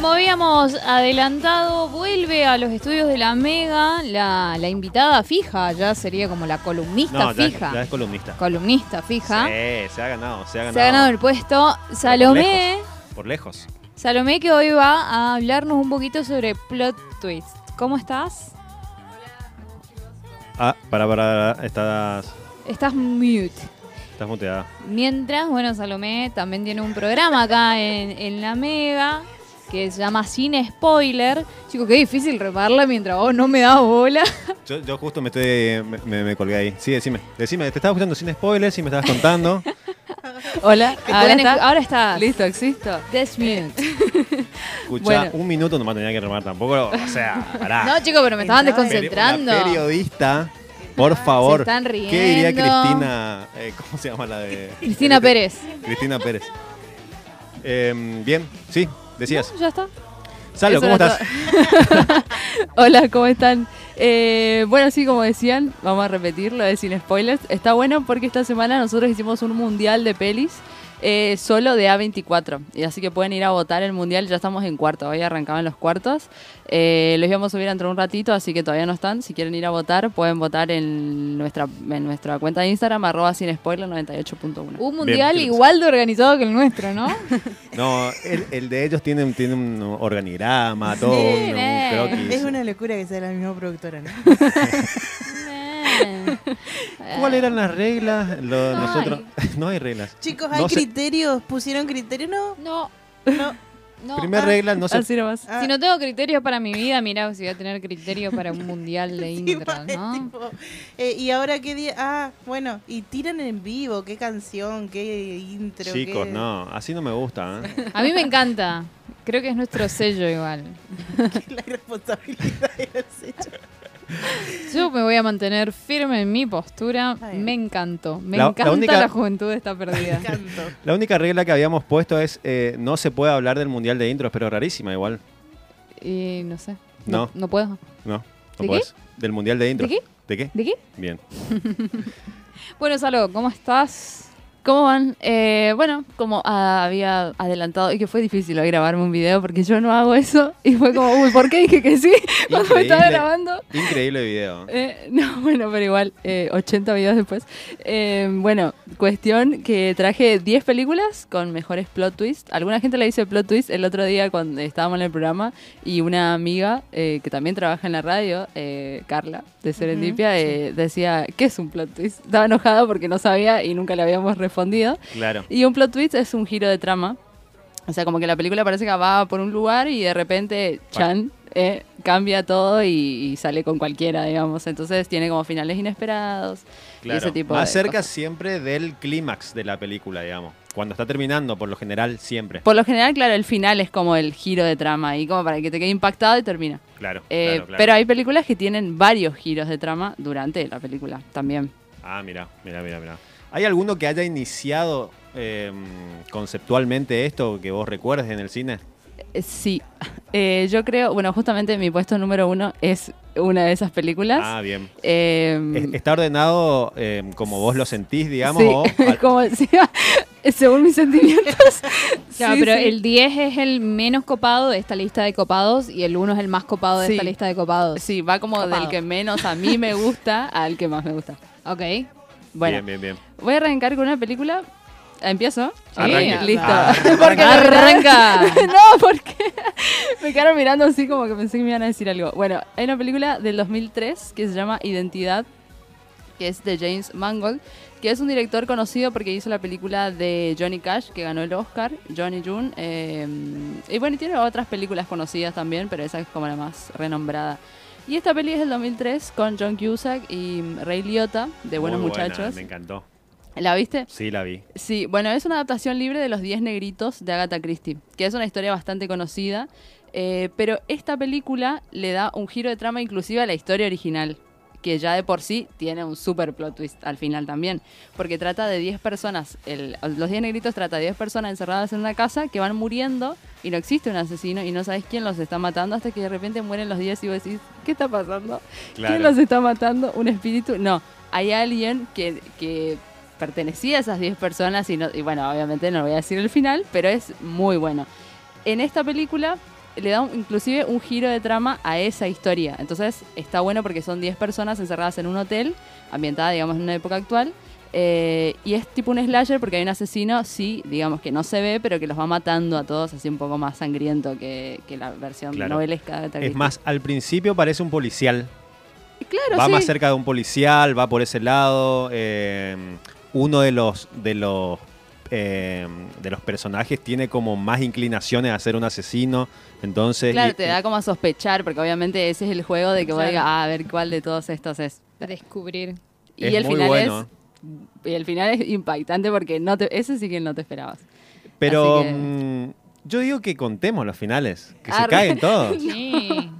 Como habíamos adelantado, vuelve a los estudios de la Mega la, la invitada fija, ya sería como la columnista No, ya, es- fija. ya es columnista. Columnista fija. Sí, se ha ganado, se ha ganado. Se ha ganado el puesto Salomé, Por lejos. Salomé que hoy va a hablarnos un poquito sobre plot twist. ¿Cómo estás? Ah, para, para, para, estás, Estás mute. estás muteada. Mientras, bueno, Salomé también tiene un programa acá en, en la Mega que se llama Sin Spoiler. Chicos, qué difícil reparla mientras vos no me das bola. Yo, yo justo me, estoy, me, me- me colgué ahí. Sí, decime, decime, te estaba escuchando sin spoilers y me estabas contando. Hola, ahora Ahora, está. ahora estás. Listo, existo. Desmute. Escuchá, Bueno. un minuto nomás tenía que remar tampoco. O sea, pará. No, chicos, pero me estaban Entraba. Peri- desconcentrando. una periodista, por favor. Ah, Se están riendo. ¿Qué diría Cristina? eh, ¿Cómo se llama la de? Cristina Pérez. Cristina Pérez. Em, bien, sí, decías. Ya está. Salo, Eso ¿cómo era estás? todo. Hola, ¿cómo están? Eh, bueno, sí, como decían, vamos a repetirlo de sin spoilers. Está bueno porque esta semana nosotros hicimos un mundial de pelis eh, solo de A24. Y así que pueden ir a votar el mundial. Ya estamos en cuarto, hoy arrancaban los cuartos. Eh, los íbamos a subir dentro de un ratito, así que todavía no están. Si quieren ir a votar, pueden votar en nuestra, en nuestra cuenta de Instagram, arroba sin spoiler 98.1. Un mundial Bien. igual de organizado que el nuestro, ¿no? No, el, el de ellos tiene, tiene un organigrama, todo. un- un eh. croquis. Es una locura que sea la misma productora, ¿no? ¿Cuáles eran las reglas? Lo- No nosotros no hay reglas. Chicos, hay No se- criterios, pusieron criterios, no, No, no. no. Primer regla, no se Así nomás. Ah, Si no tengo criterios para mi vida, mirá si voy a tener criterios para un mundial de sí, intro, parece, ¿no? tipo, eh, y ahora qué día, ah, bueno, y tiran en vivo, qué canción, qué intro. Chicos, qué- no, así no me gusta. ¿eh? A mí me encanta. Creo que es nuestro sello igual. La irresponsabilidad de los hechos. Yo me voy a mantener firme en mi postura. Está bien. Me encantó. Me La- la encanta única- la juventud está perdida. Canto. La única regla que habíamos puesto es eh, no se puede hablar del mundial de intros, pero rarísima igual. Y no sé. No. No puedo. No, no ¿De qué? podés. Del mundial de intros. ¿De qué? ¿De qué? ¿De qué? Bien. Bueno, Salo, ¿cómo estás? ¿Cómo van? Eh, bueno, como ah, había adelantado, y que fue difícil hoy grabarme un video porque yo no hago eso. Y fue como, uy, ¿por qué dije que sí cuando me estaba Increíble. grabando? Increíble video. Eh, no, bueno, pero igual, eh, 80 videos después. Eh, bueno, cuestión que traje 10 películas con mejores plot twists. Alguna gente le dice plot twist el otro día cuando estábamos en el programa y una amiga eh, que también trabaja en la radio, eh, Carla, de Serendipia, eh, decía, ¿qué es un plot twist? Estaba enojada porque no sabía y nunca le habíamos respondido. Claro. Y un plot twist es un giro de trama. O sea, como que la película parece que va por un lugar y de repente Chan eh, cambia todo y, y sale con cualquiera, digamos. Entonces tiene como finales inesperados y ese claro. tipo Más de cerca cosas. siempre del clímax de la película, digamos. Cuando está terminando, por lo general, siempre. Por lo general, claro, el final es como el giro de trama y como para que te quede impactado y termina. Claro, Eh, claro, claro. Pero hay películas que tienen varios giros de trama durante la película también. Ah, mira, mira, mira, mira. ¿Hay alguno que haya iniciado eh, conceptualmente esto que vos recuerdes en el cine? Eh, Sí, Eh, yo creo, bueno, justamente mi puesto número uno es una de esas películas. Ah, bien. Em, Es- ¿Está ordenado eh, como vos lo sentís, digamos? Sí, o- como decía, según mis sentimientos. Claro, Sí, pero sí. el 10 es el menos copado de esta lista de copados y el 1 es el más copado de Sí. esta lista de copados. Sí, va como Copado. del que menos a mí me gusta al que más me gusta. Ok. Bueno, Bien, bien, bien. voy a arrancar con una película. ¿Empiezo? Sí, Arranque. Listo. Ah, Porque la verdad- Arranca. no, porque me quedaron mirando así como que pensé que me iban a decir algo. Bueno, hay una película del 2003 que se llama Identidad, que es de James Mangold, que es un director conocido porque hizo la película de Johnny Cash, que ganó el Oscar, Johnny June. eh, y bueno, y tiene otras películas conocidas también, pero esa es como la más renombrada. Y esta peli es del 2003 con John Cusack y Ray Liotta, de Buenos Muy buena, Muchachos. me encantó. ¿La viste? Sí, la vi. Sí, bueno, es una adaptación libre de Los Diez Negritos de Agatha Christie, que es una historia bastante conocida, eh, pero esta película le da un giro de trama inclusive a la historia original, que ya de por sí tiene un super plot twist al final también, porque trata de 10 personas, el- Los Diez Negritos trata de 10 personas encerradas en una casa que van muriendo y no existe un asesino y no sabes quién los está matando hasta que de repente mueren los 10 y vos decís, ¿qué está pasando? ¿Quién Claro. los está matando? ¿Un espíritu? No, hay alguien que, que pertenecía a esas 10 personas y, no- y bueno, obviamente no voy a decir el final, pero es muy bueno. En esta película le da un- inclusive un giro de trama a esa historia. Entonces está bueno porque son 10 personas encerradas en un hotel, ambientada, digamos, en una época actual. eh, y es tipo un slasher porque hay un asesino, sí, digamos que no se ve, pero que los va matando a todos así un poco más sangriento que, que la versión Claro. novelesca de Agatha Es Christie. más, al principio parece un policial. Claro, va sí. más cerca de un policial, va por ese lado. eh, uno de los de los eh, de los personajes tiene como más inclinaciones a ser un asesino. Entonces, Claro, y- te da como a sospechar, porque obviamente ese es el juego de que vos Claro. digas, ah, a ver cuál de todos estos es. Descubrir. Y Es el muy final bueno. es. Y el final es impactante porque no te, ese sí que no te esperabas. pero así que- mm, yo digo que contemos los finales, que se Arre. caen todos. Sí.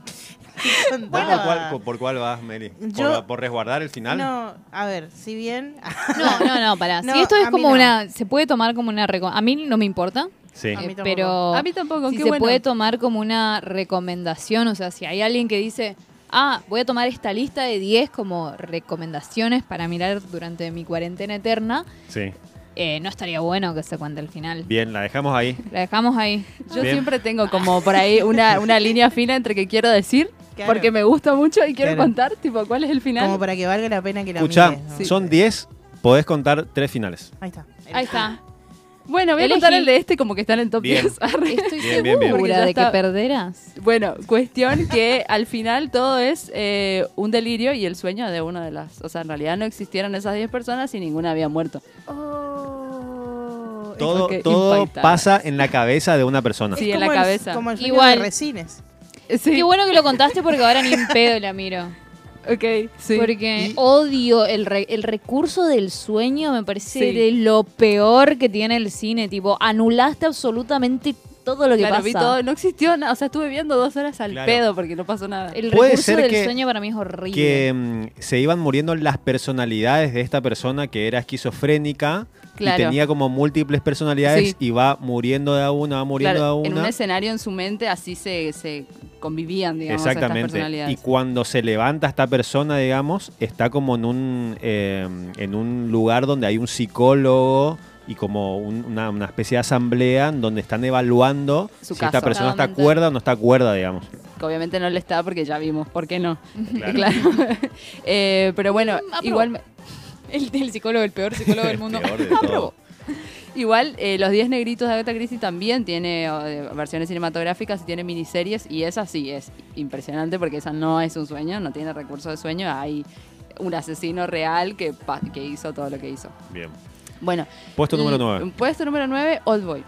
¿Vos Contaba. por cuál, por cuál vas, Meli? ¿Por- ah. Yo- ¿Por, resguardar el final? No, a ver, si bien. No, no, no, pará. No, si esto es a mí como no. una. Se puede tomar como una. reco- A mí no me importa. Sí. Ah. A mí eh, tampoco. pero. A mí tampoco, si qué se bueno. puede tomar como una recomendación. O sea, si hay alguien que dice. Ah, voy a tomar esta lista de 10 como recomendaciones para mirar durante mi cuarentena eterna. Sí. eh, no estaría bueno que se cuente el final. Bien, la dejamos ahí. La dejamos ahí. Yo Bien. siempre tengo como por ahí una, una línea fina entre que quiero decir, Claro. porque me gusta mucho y quiero Claro. contar, tipo, cuál es el final. Como para que valga la pena que la Escucha, mires, ¿no? son 10, podés contar tres finales. Ahí está. Ahí está. Bueno, voy a Elegí. contar el de este como que está en el top Bien. 10. Arre. Estoy Bien, bien, segura bien. Porque ya de que está- perderás. Bueno, cuestión que al final todo es eh, un delirio y el sueño de una de las... O sea, en realidad no existieron esas 10 personas y ninguna había muerto. Oh, Todo, porque todo impactada. pasa en la cabeza de una persona. Sí, en como la el- cabeza. como el sueño Igual. de Resines. Sí, Qué bueno que lo contaste porque ahora ni en pedo la miro. ok, sí. Porque Y- odio el, re- el recurso del sueño, me parece Sí. de lo peor que tiene el cine. Tipo, anulaste absolutamente todo lo que Claro, pasa. vi todo, no existió nada, o sea, estuve viendo dos horas al Claro. pedo porque no pasó nada. El Puede recurso ser del que- sueño para mí es horrible. que mm, se iban muriendo las personalidades de esta persona que era esquizofrénica Claro. y tenía como múltiples personalidades Sí. y va muriendo de a una, va muriendo Claro, de a en una. un escenario en su mente así se, se convivían, digamos, estas Exactamente. Y personalidades. cuando se levanta esta persona, digamos, está como en un, eh, en un lugar donde hay un psicólogo y como un- una, una especie de asamblea en donde están evaluando Su si caso. esta persona está Claramente. cuerda o no está cuerda, digamos. Que obviamente no le está porque ya vimos, ¿por qué no? Claro. Claro. Eh, pero bueno, Mm, aprobó. igual, me- El, el psicólogo, el peor psicólogo del mundo. Peor de todo. igual eh, Los 10 Negritos de Agatha Christie también tiene o, de- versiones cinematográficas y tiene miniseries y esa sí es impresionante porque esa no es un sueño, no tiene recurso de sueño, hay un asesino real que, pa- que hizo todo lo que hizo. Bien. Bueno, Puesto número L- 9. Puesto número 9, Old Boy.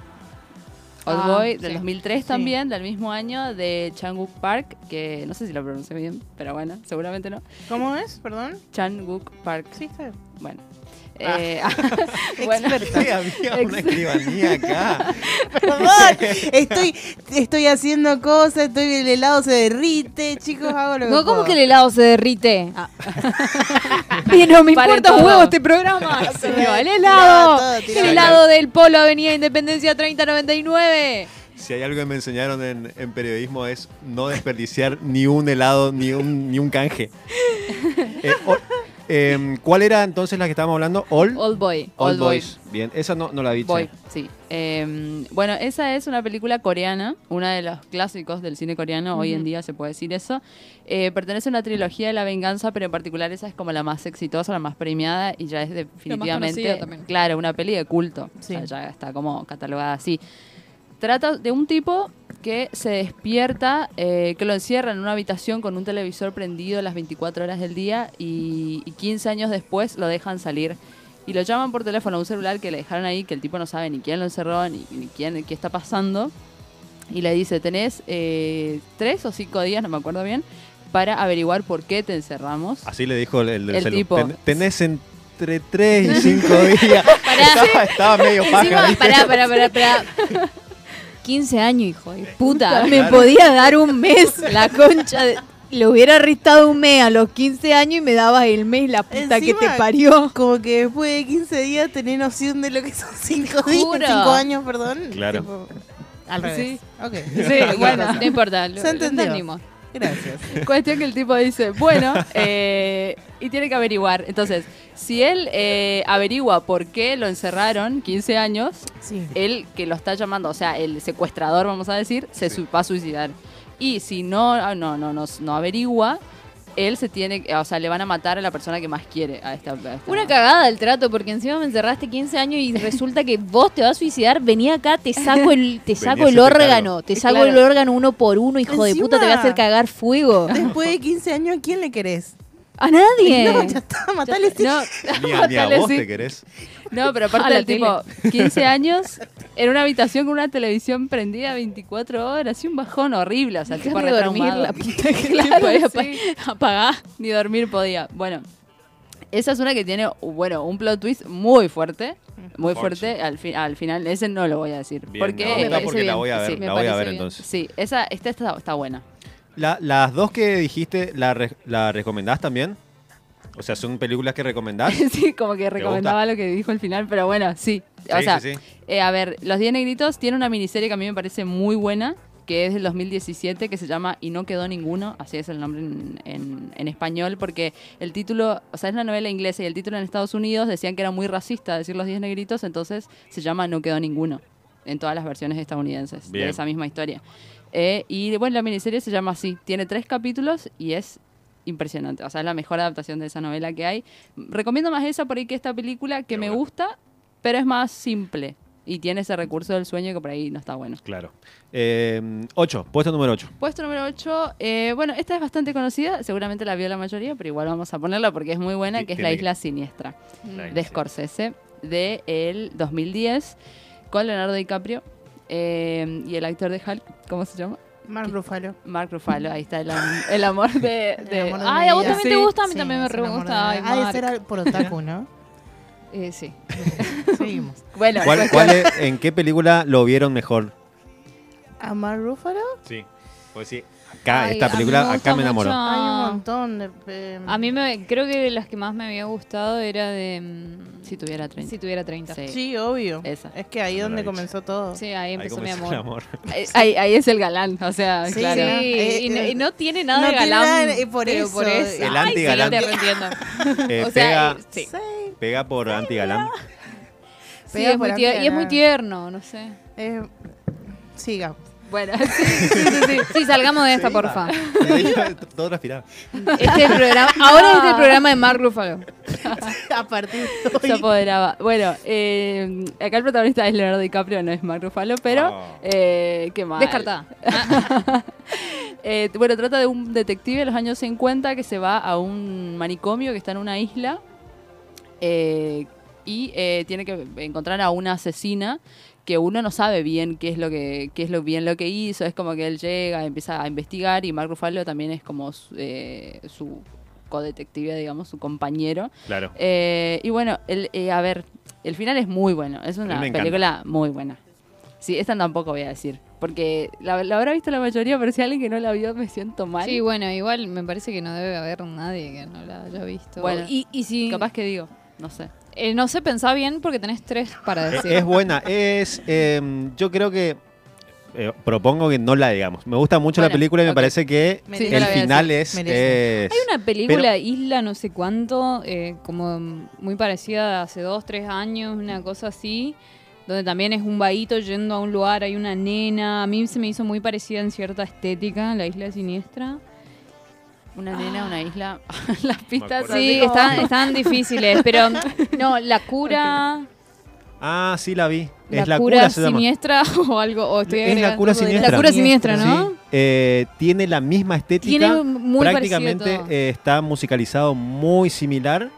Old Ah, Boy del sí. 2003 Sí. también, del mismo año, de Changwook Park, que no sé si lo pronuncié bien, pero bueno, seguramente no. ¿Cómo es? Perdón. Changwook Park, Sí, está bien. bueno. Ah. Eh, bueno, Experta. había una escribanía acá. Perdón. Estoy, estoy haciendo cosas, estoy el helado se derrite, chicos, hago lo que No, ¿cómo puedo. que el helado se derrite? Y no me importa Paren Ah. todo. un huevo este programa. Se me va el Tirado, helado. todo tirado. el helado del Polo Avenida Independencia 3099. Si hay algo que me enseñaron en, en periodismo es no desperdiciar ni un helado, ni un, ni un canje. Eh, o- em, ¿Cuál era entonces la que estábamos hablando? All, Old Boy. All Boys. Bien, esa no, no la vi. che. Boy, sí. Eh, bueno, esa es una película coreana, una de los clásicos del cine coreano, hoy en Ujú. día se puede decir eso. Eh, pertenece a una trilogía de la venganza, pero en particular esa es como la más exitosa, la más premiada y ya es definitivamente, conocida también. claro, una peli de culto. O sea, Sí. ya está como catalogada así. Trata de un tipo que se despierta, eh, que lo encierra en una habitación con un televisor prendido las 24 horas del día y, y 15 años después lo dejan salir. Y lo llaman por teléfono a un celular que le dejaron ahí, que el tipo no sabe ni quién lo encerró, ni, ni quién, qué está pasando. Y le dice, tenés eh, tres o cinco días, no me acuerdo bien, para averiguar por qué te encerramos. Así le dijo el, el del El celu. tipo. Ten- tenés entre 3 y 5 días. estaba, estaba medio paja. Encima, ¿viste? pará, pará, pará, pará. 15 años, hijo de puta. Puta, Me claro. podía dar un mes la concha. de- Le hubiera restado un mes a los 15 años y me dabas el mes la puta Encima, que te parió. Como que después de 15 días tenés noción de lo que son 5 días, juro. 5 años, perdón. Claro. Tipo, al Sí. revés. Ok. Sí, bueno. no importa. lo- Se lo entendió. entendimos. Gracias. Cuestión que el tipo dice, bueno, eh, y tiene que averiguar. Entonces, si él eh, averigua por qué lo encerraron 15 años, Sí. el que lo está llamando, o sea, el secuestrador, vamos a decir, se su- va a suicidar. Y si no, ah, no, no, no, no averigua, él se tiene, o sea, le van a matar a la persona que más quiere a esta. a esta- Una cagada el trato, porque encima me encerraste 15 años y resulta que vos te vas a suicidar. Vení acá, te saco el, te saco el hacete órgano. Te saco Claro. el órgano uno por uno, hijo de Encima- puta, te voy a hacer cagar fuego. Después de 15 años, ¿a quién le querés? A nadie. No, ya está, matale. sí. No, Ni a, ni a Dale, vos sí. te querés. No, pero A aparte la del tipo, 15 años, en una habitación con una televisión prendida 24 horas y un bajón horrible. O sea, el tipo Déjame dormir retraumado. la puta que Claro, te sí. apagar. Ni dormir podía. Bueno, esa es una que tiene, bueno, un plot twist muy fuerte. Muy Forchi. fuerte. Al, fi- al final, ese no lo voy a decir. Bien, porque no, Me está parece porque la bien, voy a ver, sí, me la voy a parece ver bien. entonces. Sí, esa, esta está, está buena. La- las dos que dijiste, ¿la re- ¿la recomendás también? O sea, ¿son películas que recomendás? sí, como que recomendaba lo que dijo al final, pero bueno, sí. o Sí, sea, sí, sí. eh, a ver, Los Diez Negritos tiene una miniserie que a mí me parece muy buena, que es del 2017, que se llama Y no quedó ninguno, así es el nombre en, en- en español, porque el título, o sea, es una novela inglesa y el título en Estados Unidos decían que era muy racista decir Los Diez Negritos, entonces se llama No quedó ninguno, en todas las versiones estadounidenses Bien. de esa misma historia. Eh, y bueno, la miniserie se llama así, tiene tres capítulos y es impresionante. O sea, es la mejor adaptación de esa novela que hay. Recomiendo más esa por ahí que esta película, que De me una. gusta, pero es más simple. Y tiene ese recurso del sueño que por ahí no está bueno. Claro. 8, Em, puesto número 8. Puesto número 8, bueno, esta es bastante conocida, seguramente la vio la mayoría, pero igual vamos a ponerla porque es muy buena, Sí, que es tiene La que- Isla Siniestra, Mm, de Scorsese, de el 2010, con Leonardo DiCaprio eh, y el actor de Hulk, ¿cómo se llama? Mark Ruffalo. Mark Ruffalo, ahí está el, am- el amor de... El de- amor de Ay, mi a vos vida. también te Sí, gusta, a mí Sí, también me es re una gusta. morada. Ay, Ha de Mark. ser al- por otaku, ¿no? Eh, sí. Seguimos. Bueno, ¿Cuál, cuál es- ¿En qué película lo vieron mejor? ¿A Mark Ruffalo? Sí. Pues sí. Acá, Ay, esta a mí película, gusta acá me enamoró. mucho. Hay un montón de... eh, Ah. A mí me, creo que de las que más me había gustado era de... mm, si tuviera 30. Si tuviera 30. Sí. Sí, Sí, obvio. Esa. Es que ahí No la donde he visto. comenzó todo. ahí Ahí empezó mi comenzó amor. el amor. Eh, Ahí, ahí es el galán, o sea, Sí, Sí, claro. ¿no? Eh, y, no, eh, y no tiene nada no de tiene galán. nada, eh, por pero eso, por eso. El Ay, antigalán. Sí, lo te entiendo. Eh, o sea, pega, eh, sí. Sí, pega por antigalán. Sí, Pega es muy por tier- y es muy antigalán. tierno, no sé. eh, siga. Bueno, sí, sí, sí, sí. Sí, salgamos de esta, Sí, porfa. va. Todo transpirado. Este programa, ahora es el programa de Mark Ruffalo. A partir de Se hoy. apoderaba. Bueno, eh, acá el protagonista es Leonardo DiCaprio, no es Mark Ruffalo, pero Oh. eh, qué mal. Descartada. Eh, bueno, trata de un detective de los años 50 que se va a un manicomio que está en una isla eh, y eh, tiene que encontrar a una asesina que uno no sabe bien qué es lo que qué es lo bien lo que hizo es como que él llega empieza a investigar y Mark Ruffalo también es como su- eh, su codetective digamos su compañero Claro. eh, y bueno, el, eh, a ver, el final es muy bueno. Es A una mí me encanta. película muy buena. Sí, esta tampoco voy a decir. Porque la, la habrá visto la mayoría, pero si alguien que no la vio me siento mal. Sí, bueno, igual me parece que no debe haber nadie que no la haya visto. Bueno, y, y si Capaz que digo, no sé. eh, no sé, pensá bien porque tenés tres para Eh, decir. Es buena. Es, eh, yo creo que eh, propongo que no la digamos. Me gusta mucho la Bueno, película y me ok. parece que Merece. no el la voy a final decir. es, Merece. es- Hay una película, Pero- Isla no sé cuánto, eh, como muy parecida de hace dos, tres años, una cosa así, donde también es un vaito yendo a un lugar, hay una nena. A mí se me hizo muy parecida en cierta estética, la Isla Siniestra. Una nena, una isla, las pistas. acuerdo. Sí, así como- están, están difíciles, pero no, la cura, Ah, sí la vi. la, es la cura, cura, se llama. siniestra o algo. o estoy Es la agregando- cura algo de la siniestra. La cura siniestra, ¿no? Sí. Eh, tiene la misma estética. Tiene muy prácticamente parecido todo. eh, está musicalizado muy similar.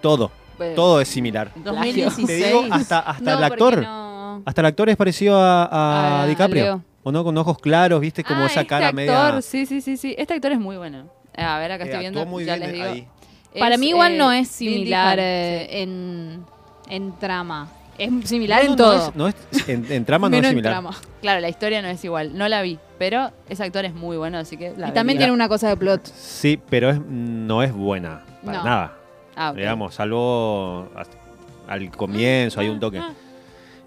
Todo, Bueno, todo es similar. Eh, plagio. 2016. Te digo, hasta, hasta No, el porque actor. no. Hasta el actor es parecido a, a A DiCaprio. Leo. ¿O no? Con ojos claros, viste, como Ah, esa este cara actor, media. Sí, sí, sí, sí. Este actor es muy bueno. A ver, acá Eh, estoy actuó viendo. muy ya bien les digo. ahí. Para Es, mí igual eh, no es Lindy similar Hall, eh, sí. en, en trama. Es similar No, en no, no todo. es- no es- en, en trama no es menos en similar. trama. Claro, la historia no es igual. No la vi, pero ese actor es muy bueno, así que la Y también vería. tiene una cosa de plot. Sí, pero es, no es buena. Para No. nada. Ah, ok. Ah. Digamos, salvo as- al comienzo, hay un toque.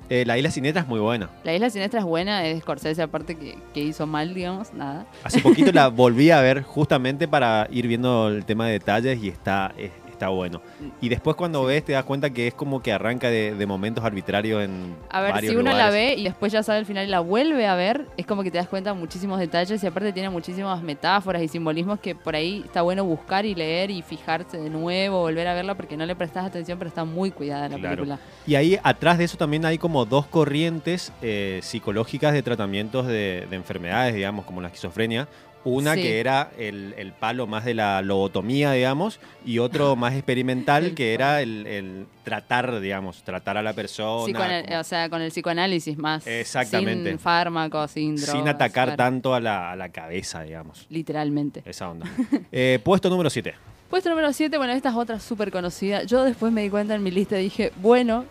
Eh, la Isla Siniestra es muy buena. La Isla Siniestra es buena, es de Scorsese, aparte que, que hizo mal, digamos, nada. Hace poquito la volví a ver justamente para ir viendo el tema de detalles y está, es- está bueno. Y después cuando ves te das cuenta que es como que arranca de, de momentos arbitrarios en A ver, varios si uno la lugares. ve y después ya sabe el final y la vuelve a ver, es como que te das cuenta de muchísimos detalles y aparte tiene muchísimas metáforas y simbolismos que por ahí está bueno buscar y leer y fijarse de nuevo, volver a verla porque no le prestas atención, pero está muy cuidada la Claro. película. Y ahí atrás de eso también hay como dos corrientes eh, psicológicas de tratamientos de, de enfermedades, digamos, como la esquizofrenia. Una Sí. que era el, el palo más de la lobotomía, digamos, y otro más experimental Ah. El que era el, el tratar, digamos, tratar a la persona. Sí, con el- Oh, como- o sea, con el psicoanálisis más. Exactamente. Sin fármacos, sin drogas. sin atacar claro. tanto a la, a la cabeza, digamos. Literalmente. Esa onda. Eh, puesto número 7. Puesto número 7, bueno, esta es otra súper conocida. Yo después me di cuenta en mi lista y dije, bueno,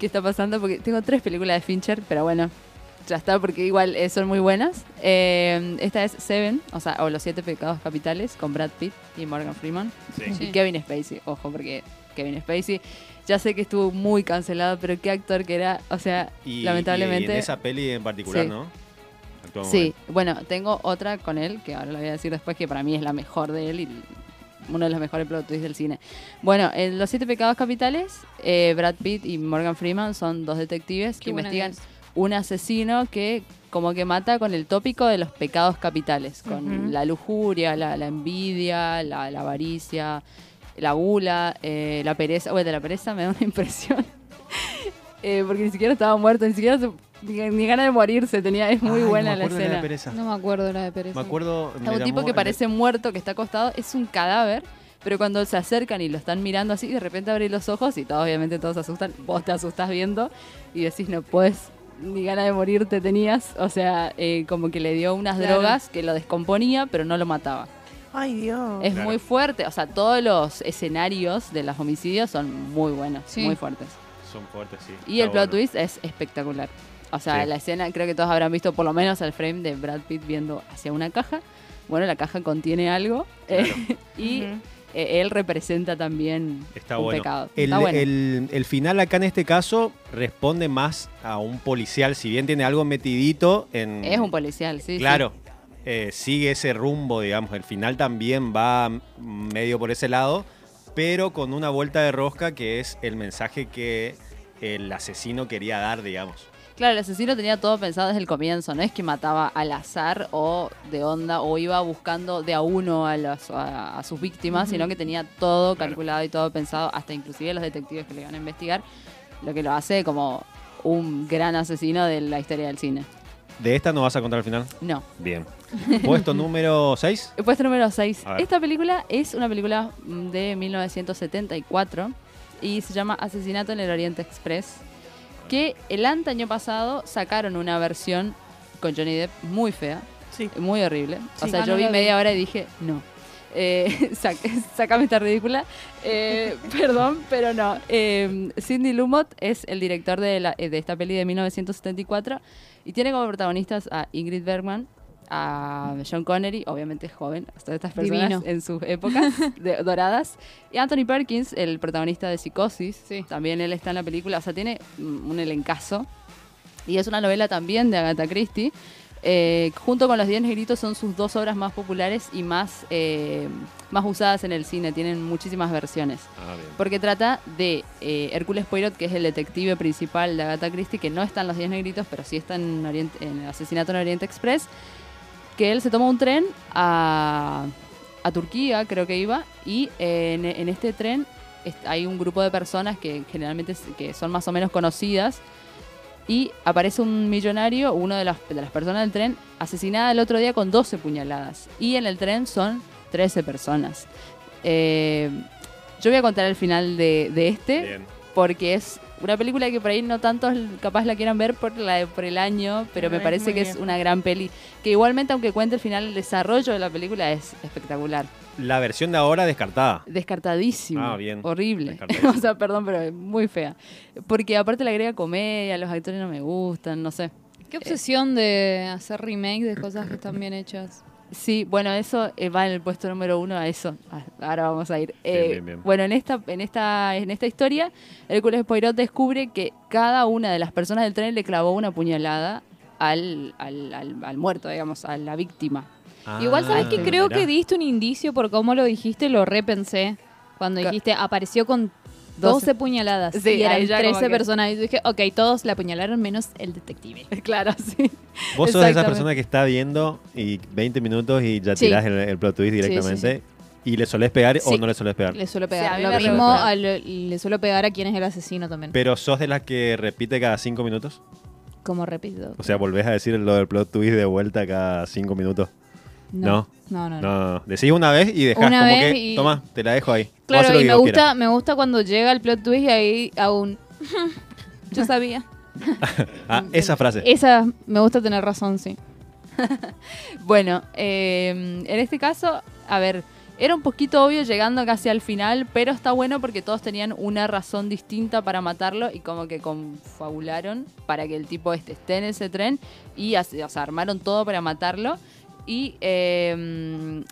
¿qué está pasando? Porque tengo tres películas de Fincher, pero bueno, ya está, porque igual eh, son muy buenas. Eh, esta es Seven, o sea, o Los Siete Pecados Capitales, con Brad Pitt y Morgan Freeman. Sí. Y Kevin Spacey, ojo, porque Kevin Spacey ya sé que estuvo muy cancelado, pero qué actor que era, o sea, Y, lamentablemente... y en esa peli en particular, Sí. ¿no? Actúa muy Sí, bueno, tengo otra con él, que ahora la voy a decir después, que para mí es la mejor de él y uno de los mejores plot twists del cine. Bueno, en Los Siete Pecados Capitales, eh, Brad Pitt y Morgan Freeman son dos detectives que Qué buena investigan que es. un asesino que como que mata con el tópico de los pecados capitales, con Ujú. la lujuria, la, la envidia, la, la avaricia, la gula, eh, la pereza. Bueno, de la pereza me da una impresión. Eh, porque ni siquiera estaba muerto, ni siquiera se- ni, ni ganas de morirse tenía. Es muy Ay, no buena me la acuerdo de escena. pereza. No me acuerdo la de Pérez. Me acuerdo. Está me un tipo llamó- que parece muerto, que está acostado, es un cadáver, pero cuando se acercan y lo están mirando así, de repente abrís los ojos y todos, obviamente todos se asustan, vos te asustás viendo y decís, no puedes, ni ganas de morir te tenías, o sea, eh, como que le dio unas Claro. drogas que lo descomponía, pero no lo mataba. Ay, Dios. Es Oh. Claro. muy fuerte, o sea, todos los escenarios de los homicidios son muy buenos, Sí. muy fuertes. Son fuertes, sí. Y el Está bueno. plot twist es espectacular. O sea, Sí. la escena, creo que todos habrán visto por lo menos el frame de Brad Pitt viendo hacia una caja. Bueno, la caja contiene algo eh, y Ujú. eh, él representa también Está un bueno. pecado. El, Está bueno. el- el final acá en este caso responde más a un policial, si bien tiene algo metidito en... es un policial, sí. sí. Claro, eh, sigue ese rumbo, digamos. El final también va mm, medio por ese lado, pero con una vuelta de rosca que es el mensaje que el asesino quería dar, digamos. Claro, el asesino tenía todo pensado desde el comienzo. No es que mataba al azar o de onda o iba buscando de a uno a, los- a- a sus víctimas, sino que tenía todo Claro. calculado y todo pensado, hasta inclusive los detectives que le iban a investigar, lo que lo hace como un gran asesino de la historia del cine. ¿De esta no vas a contar al final? No. Bien. Puesto número 6. Puesto número 6. A ver. Esta película es una película mm, de 1974 y se llama Asesinato en el Oriente Express, que el antaño pasado sacaron una versión con Johnny Depp muy fea, Sí. muy horrible. o Sí. sea, Ah, yo no vi la vi. media hora y dije, no. Eh, sac- sacame esta ridícula. Eh, perdón, pero no. Eh, Sidney Lumet es el director de, la- eh, de esta peli de 1974 y tiene como protagonistas a Ingrid Bergman, a John Connery, obviamente joven, hasta estas personas Divino. en sus épocas de- doradas, y Anthony Perkins, el protagonista de Psicosis, Sí. también él está en la película, o sea, tiene mm, un elencazo. Y es una novela también de Agatha Christie. Eh, junto con Los Diez Negritos son sus dos obras más populares y más, eh, más usadas en el cine. Tienen muchísimas versiones. Ah, bien. Porque trata de eh, Hércules Poirot, que es el detective principal de Agatha Christie, que no está en Los Diez Negritos, pero sí está en, Oriente- en el asesinato en Oriente Express, que él se toma un tren a, a Turquía, creo que iba, y eh, en, en este tren es- hay un grupo de personas que generalmente s- que son más o menos conocidas, y aparece un millonario, uno de las, de las personas del tren, asesinada el otro día con 12 puñaladas, y en el tren son 13 personas. Eh, yo voy a contar el final de, de este, Bien. porque es una película que por ahí no tantos capaz la quieran ver por, la, por el año, pero me Es parece muy que es vieja. una gran peli. Que igualmente, aunque cuente el final, el desarrollo de la película es espectacular. La versión de ahora descartada. Descartadísimo. Ah, bien. Horrible. Descartadísimo. o sea, perdón, pero es muy fea. Porque aparte la agrega comedia, los actores no me gustan, no sé. eh, Qué obsesión de hacer remake de cosas que están bien hechas. Sí, bueno, eso eh, va en el puesto número uno a eso. Ah, Ahora vamos a ir. Eh, bien, bien. Bueno, en esta, en esta, en esta historia, Hércules Poirot descubre que cada una de las personas del tren le clavó una puñalada al, al, al- al muerto, digamos, a la víctima. Igual sabes Ah, que creo mirá. que diste un indicio por cómo lo dijiste, lo repensé. Cuando Ca- dijiste, apareció con 12 puñaladas Sí, y eran ahí ya 13 como que- personas. Y yo dije, ok, todos la apuñalaron menos el detective. Claro, sí. Vos sos de esas Exactamente. personas que está viendo y 20 minutos y ya Sí. tirás el, el plot twist sí, directamente. ¿Y le solés pegar o Sí. no le solés pegar? Le suelo Sí, a pegar. mí lo me mismo resulta. al- le suelo pegar a quien es el asesino también. Pero sos de las que repite cada 5 minutos. como repito. O sea, volvés a decir lo del plot twist de vuelta cada 5 minutos. No. No, no, no. No, no. decís una vez y dejás Una como vez que. y- Toma, te la dejo ahí. Vos haces Claro, lo y que me vos gusta, quieras. me gusta cuando llega el plot twist y ahí aún. Yo sabía. Ah, esa frase. Esa me gusta tener razón, sí. Bueno, eh, en este caso, a ver, era un poquito obvio llegando casi al final, pero está bueno porque todos tenían una razón distinta para matarlo y como que confabularon para que el tipo este esté en ese tren y así, o sea, armaron todo para matarlo y eh,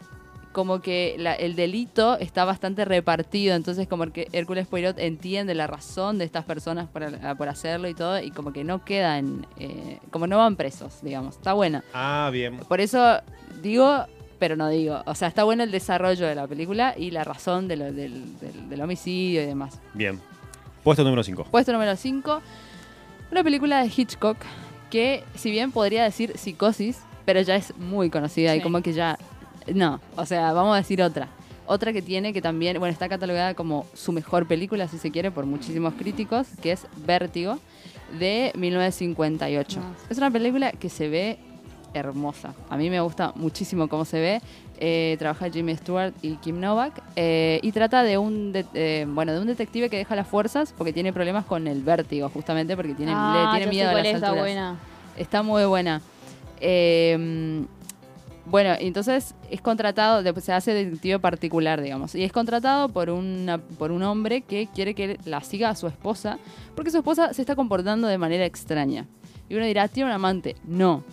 como que la- el delito está bastante repartido, entonces como que Hércules Poirot entiende la razón de estas personas por, por hacerlo y todo y como que no quedan, eh, como no van presos, digamos, está buena. Ah, bien. Por eso digo, pero no digo. O sea, está bueno el desarrollo de la película y la razón de lo- del, del- del homicidio y demás. Bien. Puesto número 5. Puesto número 5, una película de Hitchcock que, si bien podría decir psicosis, pero ya es muy conocida y Sí. como que ya. No, o sea, vamos a decir otra. Otra que tiene que también, bueno, está catalogada como su mejor película, si se quiere, por muchísimos críticos, que es Vértigo, de 1958. Ah. Es una película que se ve hermosa. A mí me gusta muchísimo cómo se ve. Eh, trabaja Jimmy Stewart y Kim Novak. eh, y trata de un, de- eh, bueno, de un detective que deja las fuerzas porque tiene problemas con el vértigo, justamente porque tiene, Ah, le tiene miedo a las está alturas. buena. Está muy buena. Eh, bueno, entonces es contratado, después se hace detective particular, digamos, y es contratado por, una, por un hombre que quiere que la siga a su esposa, porque su esposa se está comportando de manera extraña. Y uno dirá, ¿tiene un amante? No.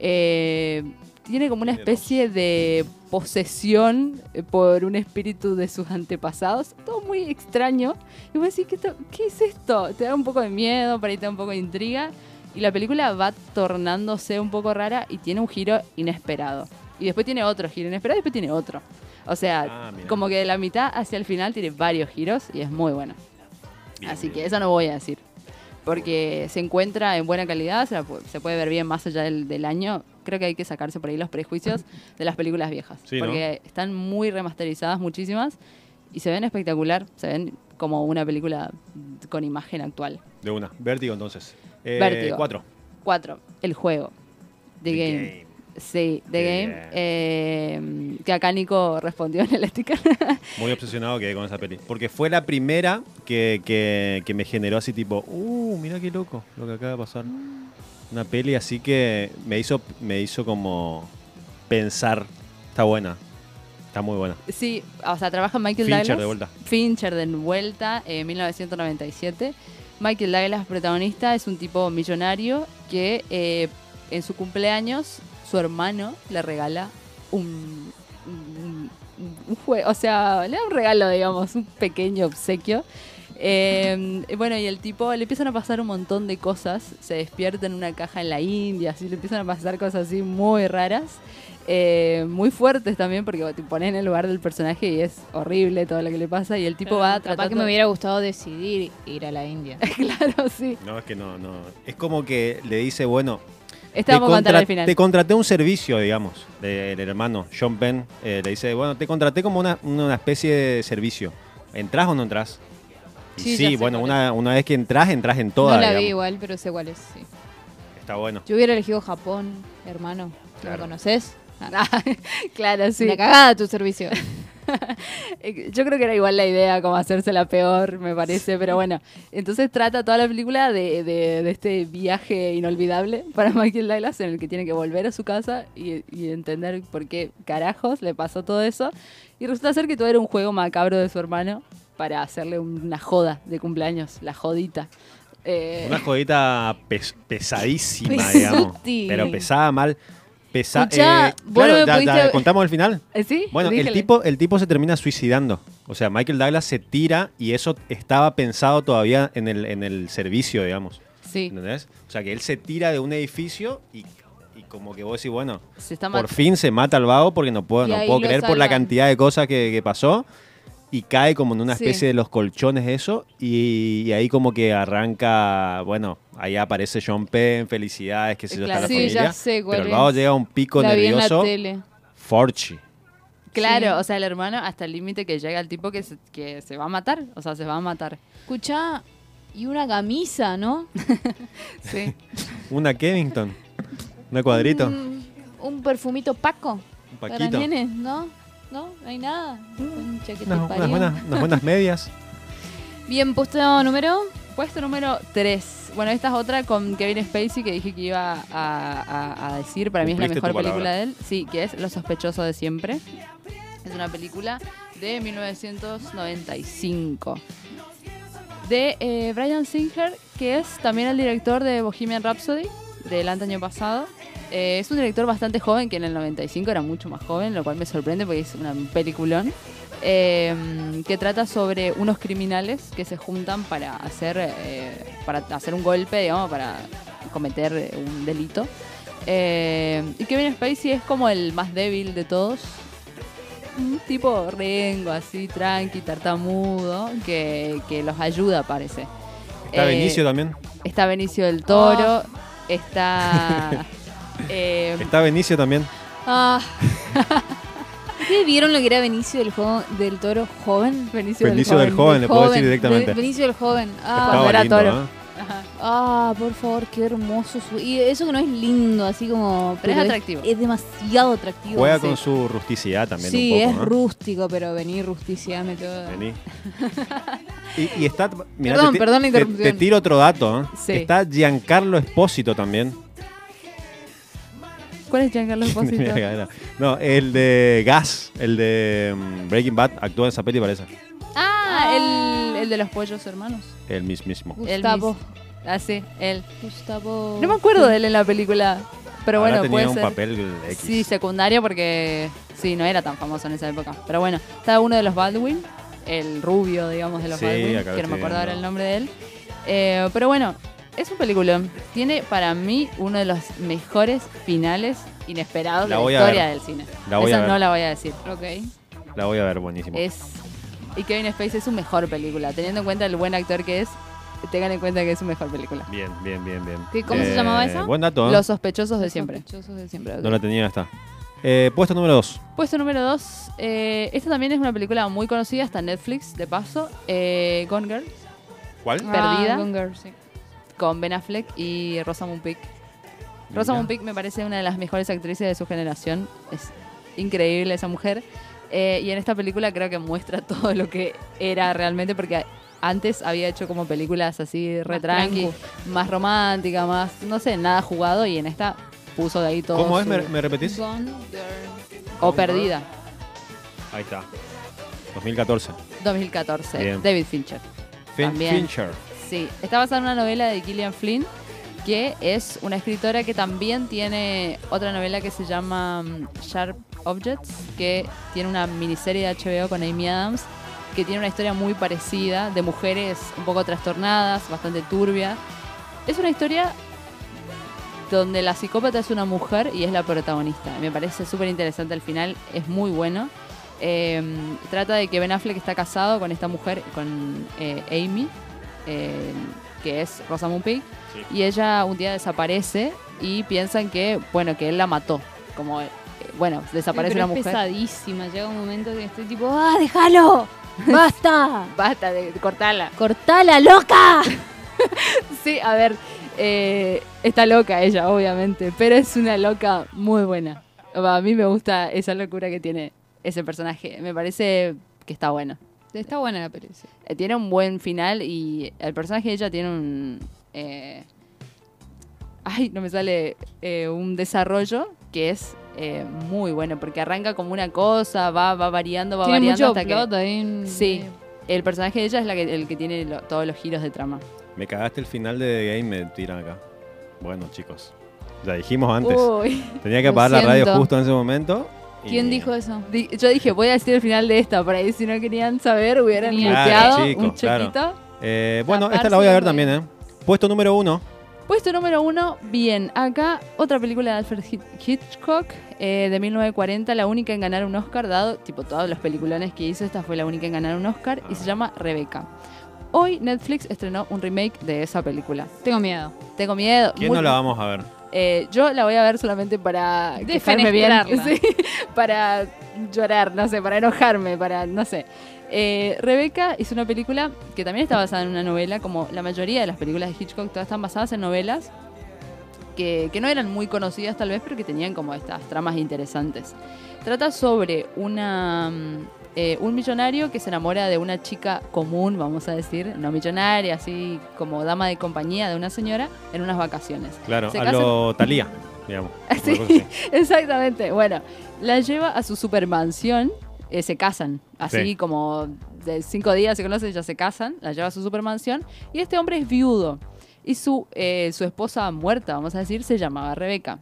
Eh, tiene como una Tiene dos. especie de posesión eh, por un espíritu de sus antepasados. Todo muy extraño. Y vos decís, ¿qué, esto- ¿qué es esto? Te da un poco de miedo, para ahí te da un poco de intriga. Y la película va tornándose un poco rara y tiene un giro inesperado. Y después tiene otro giro inesperado y después tiene otro. O sea, Ah, mira. como que de la mitad hacia el final tiene varios giros y es muy buena. Así que eso no voy a decir. Porque se encuentra en buena calidad, se, la pu- se puede ver bien más allá del, del año. Creo que hay que sacarse por ahí los prejuicios de las películas viejas. Sí, ¿no? porque están muy remasterizadas muchísimas y se ven espectacular, se ven como una película con imagen actual. De una. Vértigo, entonces. Eh, Vértigo. Cuatro. Cuatro, El juego. The, The Game. Game. Sí, The Qué Game. bien. eh, que acá Nico respondió en el sticker. Muy obsesionado quedé con esa peli. Porque fue la primera que, que- que me generó así tipo, uh, mira qué loco lo que acaba de pasar. Una peli así que me hizo, me hizo como pensar. Está buena. Está muy buena. sí, o sea, trabaja Michael Fincher Douglas. de vuelta. Fincher de vuelta eh, en 1997. Michael Douglas, protagonista, es un tipo millonario que eh, en su cumpleaños su hermano le regala un, un, juego, o sea, le da un regalo, digamos, un pequeño obsequio. Eh, bueno, y el tipo le empiezan a pasar un montón de cosas. Se despierta en una caja en la India, así le empiezan a pasar cosas así muy raras. eh, muy fuertes también, porque te pones en el lugar del personaje y es horrible todo lo que le pasa. Y el tipo va a Capaz tratar. que me hubiera gustado decidir ir a la India. Claro, sí. No, es que no, no. Es como que le dice, bueno, Este vamos a contar contra- al final. te contraté un servicio, digamos, del hermano John Penn. eh, le dice, bueno, te contraté como una, una especie de servicio. ¿Entrás o no entrás? Y Sí, sí, ya sé bueno, cuál una, una vez que entras, entras en toda. no la vi digamos. igual, pero sé cuál es. sí. Está bueno. Yo hubiera elegido Japón, hermano. ¿Me Claro. conoces? claro, sí. Una cagada tu servicio. Eh, Yo creo que era igual la idea, como hacerse la peor, me parece, pero bueno. Entonces trata toda la película de, de- de este viaje inolvidable para Michael Douglas, en el que tiene que volver a su casa y, y entender por qué carajos le pasó todo eso. Y resulta ser que todo era un juego macabro de su hermano para hacerle una joda de cumpleaños, la jodita. Eh, Una jodita pes- pesadísima, Pesotti. digamos. Pero pesada mal. Pesa- Escuchá, eh, vos no claro, me ya- ya, pudiste- ¿Contamos el final? Eh, ¿Sí? Bueno, el Dígale. tipo, el tipo se termina suicidando. O sea, Michael Douglas se tira y eso estaba pensado todavía en el, en el servicio, digamos. Sí, ¿Entendés? O sea, que él se tira de un edificio y, y como que vos decís, bueno, se está por matando. fin se mata al vago porque no puedo, Y no ahí puedo lo creer por la salvan. cantidad de cosas que, que pasó. Y cae como en una Sí. especie de los colchones eso. Y, y ahí como que arranca, bueno, ahí aparece Sean Penn, felicidades, que se yo, está Claro. la Sí, familia. ya sé cuál pero el vago es. llega a un pico la vi en la nervioso. tele. Forchi. Claro, Sí. o sea, el hermano hasta el límite que llega el tipo que se, que se va a matar. O sea, se va a matar. Escuchá, y una camisa, ¿no? Sí. Una Kevington. Una cuadrito. Un Un, un perfumito Paco. Mm, Para paquito. nenes, ¿no? No, no hay nada. Concha que te Unas, unas parió. buenas, unas buenas medias. Bien, posteo número. Puesto número 3. Bueno, esta es otra con Kevin Spacey que dije que iba a, a- a decir. Para mí es la Cumpliste mejor tu palabra. película de él. Sí, que es Lo sospechoso de siempre. Es una película de 1995. De eh, Brian Singer, que es también el director de Bohemian Rhapsody del año pasado. Eh, es un director bastante joven, que en el 95 era mucho más joven, lo cual me sorprende porque es una- un peliculón. eh, que trata sobre unos criminales que se juntan para hacer, eh, para hacer un golpe, digamos, para cometer eh, un delito. Eh, y Kevin Spacey es como el más débil de todos. Un tipo rengo, así, tranqui, tartamudo, que, que los ayuda, parece. Está Eh, Benicio también. Está Benicio del Toro. Está. eh, Está Benicio también. Ah. ¿Ustedes vieron lo que era Benicio del, jo- del Toro joven? Benicio, Benicio del Joven, le puedo decir directamente. Be- Benicio del joven. Estaba Ah, era lindo, toro. ¿eh? ah, por favor, qué hermoso. su- y eso que no es lindo, así como... Pero es pero atractivo. Es, demasiado atractivo. Juega sí. con su rusticidad también Sí, un es poco, ¿no? rústico, pero vení, rusticiame todo. Vení. Y, y está. mirá, Perdón, te ti- perdón la te- interrupción. Te, tiro otro dato. ¿eh? Sí. Está Giancarlo Espósito también. ¿Cuál es Giancarlo Espósito? no, el de Gas, el de mm, Breaking Bad, actúa en esa peli parece. ah, el, el de los pollos hermanos. El mis- mismo. Uy, Él Gustavo. mis- Ah, sí, él. Gustavo... No me acuerdo de él en la película. Pero Ahora bueno, tenía puede un ser. papel X. Sí, secundario porque sí, no era tan famoso en esa época. Pero bueno, estaba uno de los Baldwin, el rubio, digamos, de los Sí, Baldwin, acá lo que no me estoy acuerdo ahora viendo. el nombre de él. Eh, pero bueno, es un peliculón. Tiene para mí uno de los mejores finales inesperados La de la voy a historia ver. del cine. La voy a esa ver. no la voy a decir. Ok. La voy a ver, buenísimo. Eh. Es y Kevin Spacey es su mejor película, teniendo en cuenta el buen actor que es. Tengan en cuenta que es su mejor película. Bien, bien, bien, bien. ¿Qué- cómo se llamaba esa? Buen dato, ¿eh? Los sospechosos de Los siempre. sospechosos de siempre, ok. No la tenía esta. Eh, puesto número 2. Puesto número 2. esta también es una película muy conocida, está en Netflix, de paso. Eh, Gone Girl, ¿Cuál? Ah, Perdida. Gone Girl, sí. con Ben Affleck y Rosamund Pike. Rosamund Pike me parece una de las mejores actrices de su generación. Es increíble esa mujer. Eh, y en esta película creo que muestra todo lo que era realmente, porque antes había hecho como películas así re Más tranqui, tranqui. más romántica, más, no sé, nada jugado. Y en esta puso de ahí todo. ¿Cómo es? su- ¿Me, me repetís? Gone Girl. O Perdida, Ahí está. 2014. 2014, Bien. David Fincher. Fin- También. Fincher. Sí, está basada en una novela de Gillian Flynn, que es una escritora que también tiene otra novela que se llama mm, Sharp Objects, que tiene una miniserie de HBO con Amy Adams, que tiene una historia muy parecida, de mujeres un poco trastornadas, bastante turbia. Es una historia donde la psicópata es una mujer y es la protagonista. Me parece súper interesante al final, es muy bueno. Eh, trata de que Ben Affleck está casado con esta mujer, con eh, Amy, eh, que es Rosamund Pike, Sí. y ella un día desaparece y piensan que, bueno, que él la mató. Como, eh, bueno, desaparece Pero una es mujer. pesadísima. Llega un momento que estoy tipo, ¡ah, déjalo! ¡Basta! Basta de cortarla. ¡Cortala, loca! Sí, a ver, eh, está loca ella, obviamente, pero es una loca muy buena. A mí me gusta esa locura que tiene ese personaje. Me parece que está bueno. Está buena la peli. sí. Eh, Tiene un buen final y el personaje de ella tiene un. eh, ay, no me sale. eh, un desarrollo que es eh, muy bueno porque arranca como una cosa, va, va variando, va Tiene variando mucho hasta plot que. ahí. en- Sí. El personaje de ella es la que, el que tiene lo- todos los giros de trama. Me cagaste el final de The Game, me tiran acá. Bueno, chicos. La dijimos antes. Uy. Tenía que lo apagar la radio siento. justo en ese momento. y- ¿Quién dijo eso? Di- Yo dije, voy a decir el final de esta, por ahí si no querían saber, hubieran Claro, muteado chicos, un claro. chiquito. Eh, bueno, Taparse esta la voy a ver la también, ¿eh? Puesto número uno. Puesto número uno, bien. Acá otra película de Alfred Hitch- Hitchcock eh, de 1940, la única en ganar un Oscar, dado tipo todos los peliculones que hizo, esta fue la única en ganar un Oscar y se llama Rebeca. Hoy Netflix estrenó un remake de esa película. Tengo miedo. Tengo miedo. ¿Quién muy- no la vamos a ver? Eh, yo la voy a ver solamente para quejarme Defenestrarla. Sí, para llorar, no sé, para enojarme, para no sé. Eh, Rebeca hizo una película que también está basada en una novela, como la mayoría de las películas de Hitchcock, todas están basadas en novelas que, que no eran muy conocidas tal vez, pero que tenían como estas tramas interesantes. Trata sobre una, mm, eh, un millonario que se enamora de una chica común, vamos a decir, no millonaria, así como dama de compañía de una señora, en unas vacaciones. Claro, Se a casan- lo Talía, digamos. Ah, sí. Una cosa así. Exactamente. Bueno, la lleva a su supermansión. eh, se casan. Así Sí. como de cinco días se conocen, ya se casan. La lleva a su supermansión. Y este hombre es viudo. Y su, eh, su esposa muerta, vamos a decir, se llamaba Rebeca.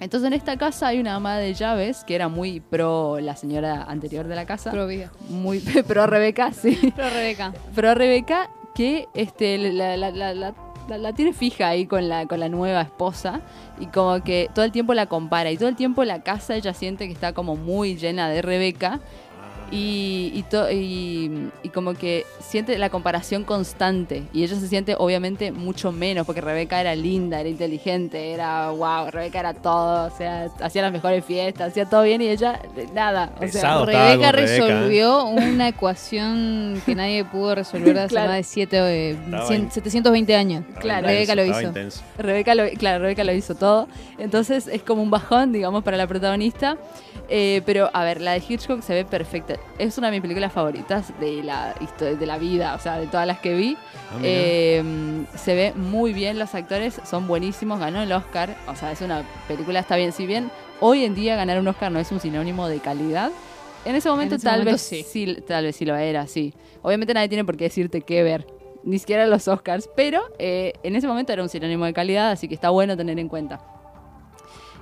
Entonces en esta casa hay una ama de llaves que era muy pro la señora anterior de la casa. Pro vida. Muy pro Rebeca, sí. Pro Rebeca. Pero Rebeca, que este, la, la- la- la- la- la tiene fija ahí con la, con la nueva esposa y como que todo el tiempo la compara y todo el tiempo la casa ella siente que está como muy llena de Rebeca y, y, to- y- y como que siente la comparación constante y ella se siente obviamente mucho menos porque Rebeca era linda, era inteligente, era wow, Rebeca era todo, o sea, hacía las mejores fiestas, hacía todo bien y ella eh, nada. O sea, Pesado Ah, estaba Rebeca con Rebeca, resolvió una ecuación que nadie pudo resolver hace Claro. más de siete, eh, Estaba cien- in- 720 años. Estaba Claro, Rebeca intenso, lo estaba hizo. intenso. Rebeca lo, claro, Rebeca lo hizo todo. Entonces es como un bajón, digamos, para la protagonista. Eh, pero, a ver, la de Hitchcock se ve perfecta. Es una de mis películas favoritas de la, histo- de la vida, o sea, de todas las que vi. Ah, mira. Eh, se ve muy bien, los actores son buenísimos, ganó el Oscar. O sea, es una película, está bien. Si bien hoy en día ganar un Oscar no es un sinónimo de calidad, en ese momento, ese tal, momento vez, sí. sí. tal vez sí lo era, sí. Obviamente nadie tiene por qué decirte qué ver, ni siquiera los Oscars, pero eh, en ese momento era un sinónimo de calidad, así que está bueno tener en cuenta.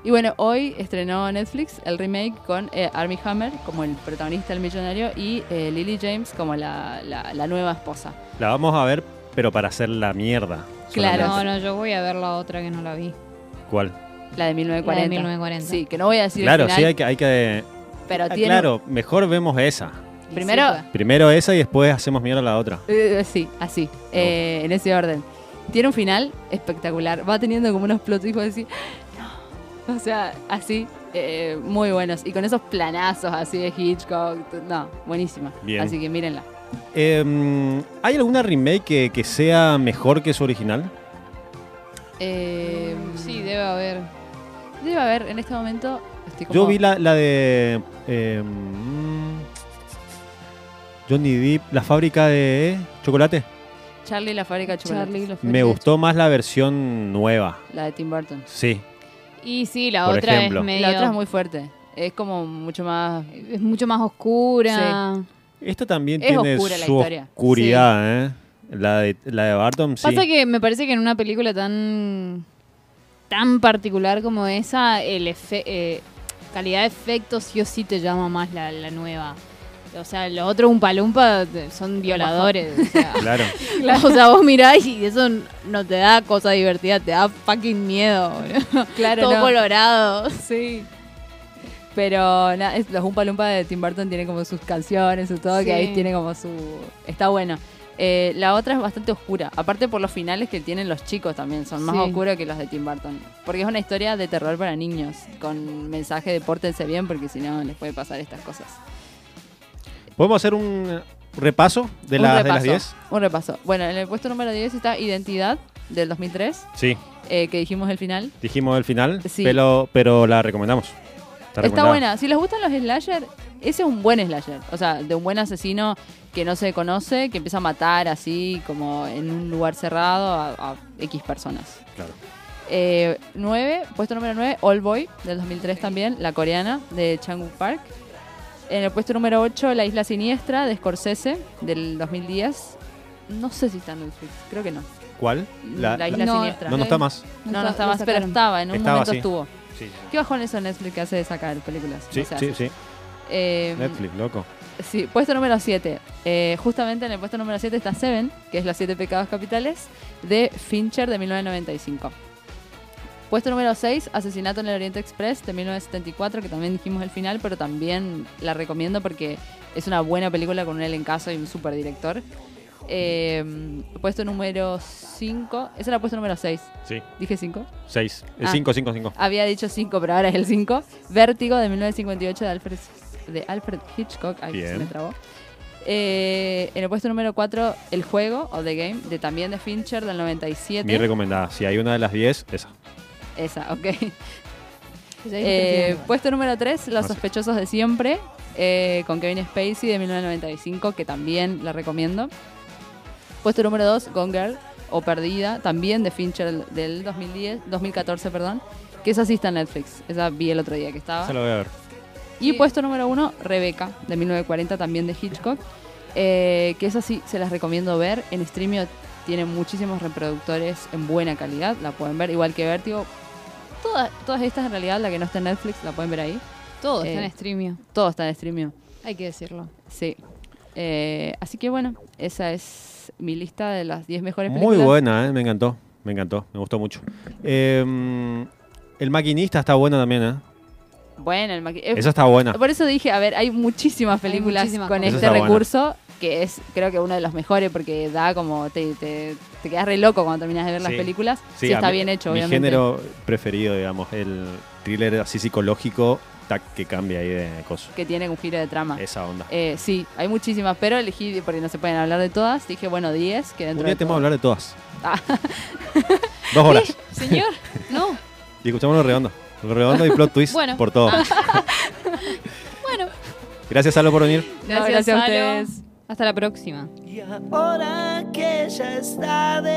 Y bueno, hoy estrenó Netflix el remake con eh, Armie Hammer como el protagonista, el millonario, y eh, Lily James como la- la- la nueva esposa. La vamos a ver, pero para hacer la mierda. Claro. No, solamente. no, yo voy a ver la otra que no la vi. ¿Cuál? La de La 1940. de 1940. Sí, que no voy a decir Claro, el final, sí, hay que... Hay que pero Ah, tiene... Claro, mejor vemos esa. Y Primero- sí, Primero esa y después hacemos mierda la otra. Eh, sí, así, eh, en ese orden. Tiene un final espectacular. Va teniendo como unos plot twists así... No. O sea, así, eh, muy buenos. Y con esos planazos así de Hitchcock. t- No, buenísima. Bien. Así que mírenla. Em, ¿Hay alguna remake que, que sea mejor que su original? Eh, fue. pues, sí, debe haber. Debe haber, en este momento... Estoy como... Yo vi la, la de. em, Johnny Depp, la fábrica de chocolate. Charlie y la fábrica de chocolates. Charlie y la Me fábrica de gustó más la versión nueva. La de Tim Burton. Sí, Y sí, la Por otra ejemplo. es medio. La otra es muy fuerte. Es como mucho más... es mucho más oscura. Esta también Es tiene oscura la su historia. oscuridad, ¿eh? La de, la de Barton, sí. Pasa que me parece que en una película tan. tan particular como esa, el efe- eh, calidad de efectos sí o sí te llama más la, la nueva. O sea, lo otro, un palumpa, son violadores. O sea, Claro. o sea, vos mirás y eso no te da cosa divertida, te da fucking miedo. boludo. Claro, Todo no. colorado. Sí. Pero nada, es- los Oompa Loompa de Tim Burton tienen como sus canciones y todo, Sí. que ahí tiene como su... Está bueno. Eh, la otra es bastante oscura, aparte por los finales que tienen los chicos también, son más Sí. oscuros que los de Tim Burton. Porque es una historia de terror para niños, con mensaje de pórtense bien porque si no les puede pasar estas cosas. ¿Podemos hacer un repaso de, Un las- de repaso, las 10? Un repaso. Bueno, en el puesto número 10 está Identidad del 2003, Sí, eh, que dijimos el final. dijimos el final, Sí. pero, pero la recomendamos. Está, Está recomendada. buena. Si les gustan los slasher, ese es un buen slasher. O sea, de un buen asesino que no se conoce, que empieza a matar así, como en un lugar cerrado, a, a X personas. Claro. 9, puesto número 9, All Boy, del 2003 también, la coreana, de Changwook Park. En el puesto número 8, La Isla Siniestra, de Scorsese, del 2010. No sé si está en Netflix, creo que no. ¿Cuál? La, Isla No, Siniestra. No, no está más. No, no está lo más, pero sacaron. estaba, en un Estaba, momento sí. estuvo. Sí, ¿Qué bajón eso Netflix que hace de sacar películas? sí, O sea, sí, sí. eh, Netflix, loco. Sí, puesto número 7. justamente en el puesto número 7 está Seven, que es Los Siete Pecados Capitales, de Fincher de 1995. Puesto número 6, Asesinato en el Oriente Express de 1974, que también dijimos al final, pero también la recomiendo porque es una buena película con un elencazo y un super director. Eh, puesto número 5, ese era puesto número 6, Sí. dije 5. Seis. Eh, Ah. Cinco, cinco, cinco. Había dicho 5, pero ahora es el 5. Vértigo de 1958 de Alfred, de Alfred Hitchcock. Ay, Bien. se me trabó. Eh, en el puesto número 4, El Juego o The Game, de también de Fincher del Mi 97. recomendada. Si hay una de las 10, esa. Esa, ok. Ya dije que Eh, sí, no. puesto número 3, Los No sé. sospechosos de siempre, eh, con Kevin Spacey de 1995, que también la recomiendo. Puesto número 2, Gone Girl o Perdida, también de Fincher del 2010, 2014, perdón, que esa sí está en Netflix, esa vi el otro día que estaba. Esa la voy a ver. Y puesto número uno, Rebeca, de 1940, también de Hitchcock. eh, que esa sí se las recomiendo ver. En Streamio tiene muchísimos reproductores en buena calidad, la pueden ver, igual que Vertigo. Todas, todas estas en realidad, la que no está en Netflix, la pueden ver ahí. Todo eh, está en streaming, Todo está en Streamio, hay que decirlo. sí. Eh, así que bueno, esa es mi lista de las 10 mejores Muy películas. buena, ¿eh? me encantó. Me encantó, me gustó mucho. Eh, el maquinista está buena también, ¿eh? Bueno, el maqui- eh, Esa está buena. Por eso dije, a ver, hay muchísimas Hay películas muchísimas con cosas. Eso este está bueno. recurso, que es creo que uno de los mejores porque da como, te, te, te quedas re loco cuando terminas de ver Sí. las películas. Sí, a está mí- bien hecho, mi obviamente. género preferido, digamos, el thriller así psicológico, tac, que cambia ahí de cosa. Que tiene un giro de trama. Esa onda. Eh, sí, hay muchísimas, pero elegí, porque no se pueden hablar de todas, dije, bueno, 10, que Un dentro día de te vamos a todo- hablar de todas. Ah. Dos horas. Señor, no. Y escuchamos los redondos. Los redondos y plot twist Bueno. por todo. Bueno, Gracias, Salo, por venir. No, gracias, gracias a Salo. ustedes. Hasta la próxima. Y ahora que ya está de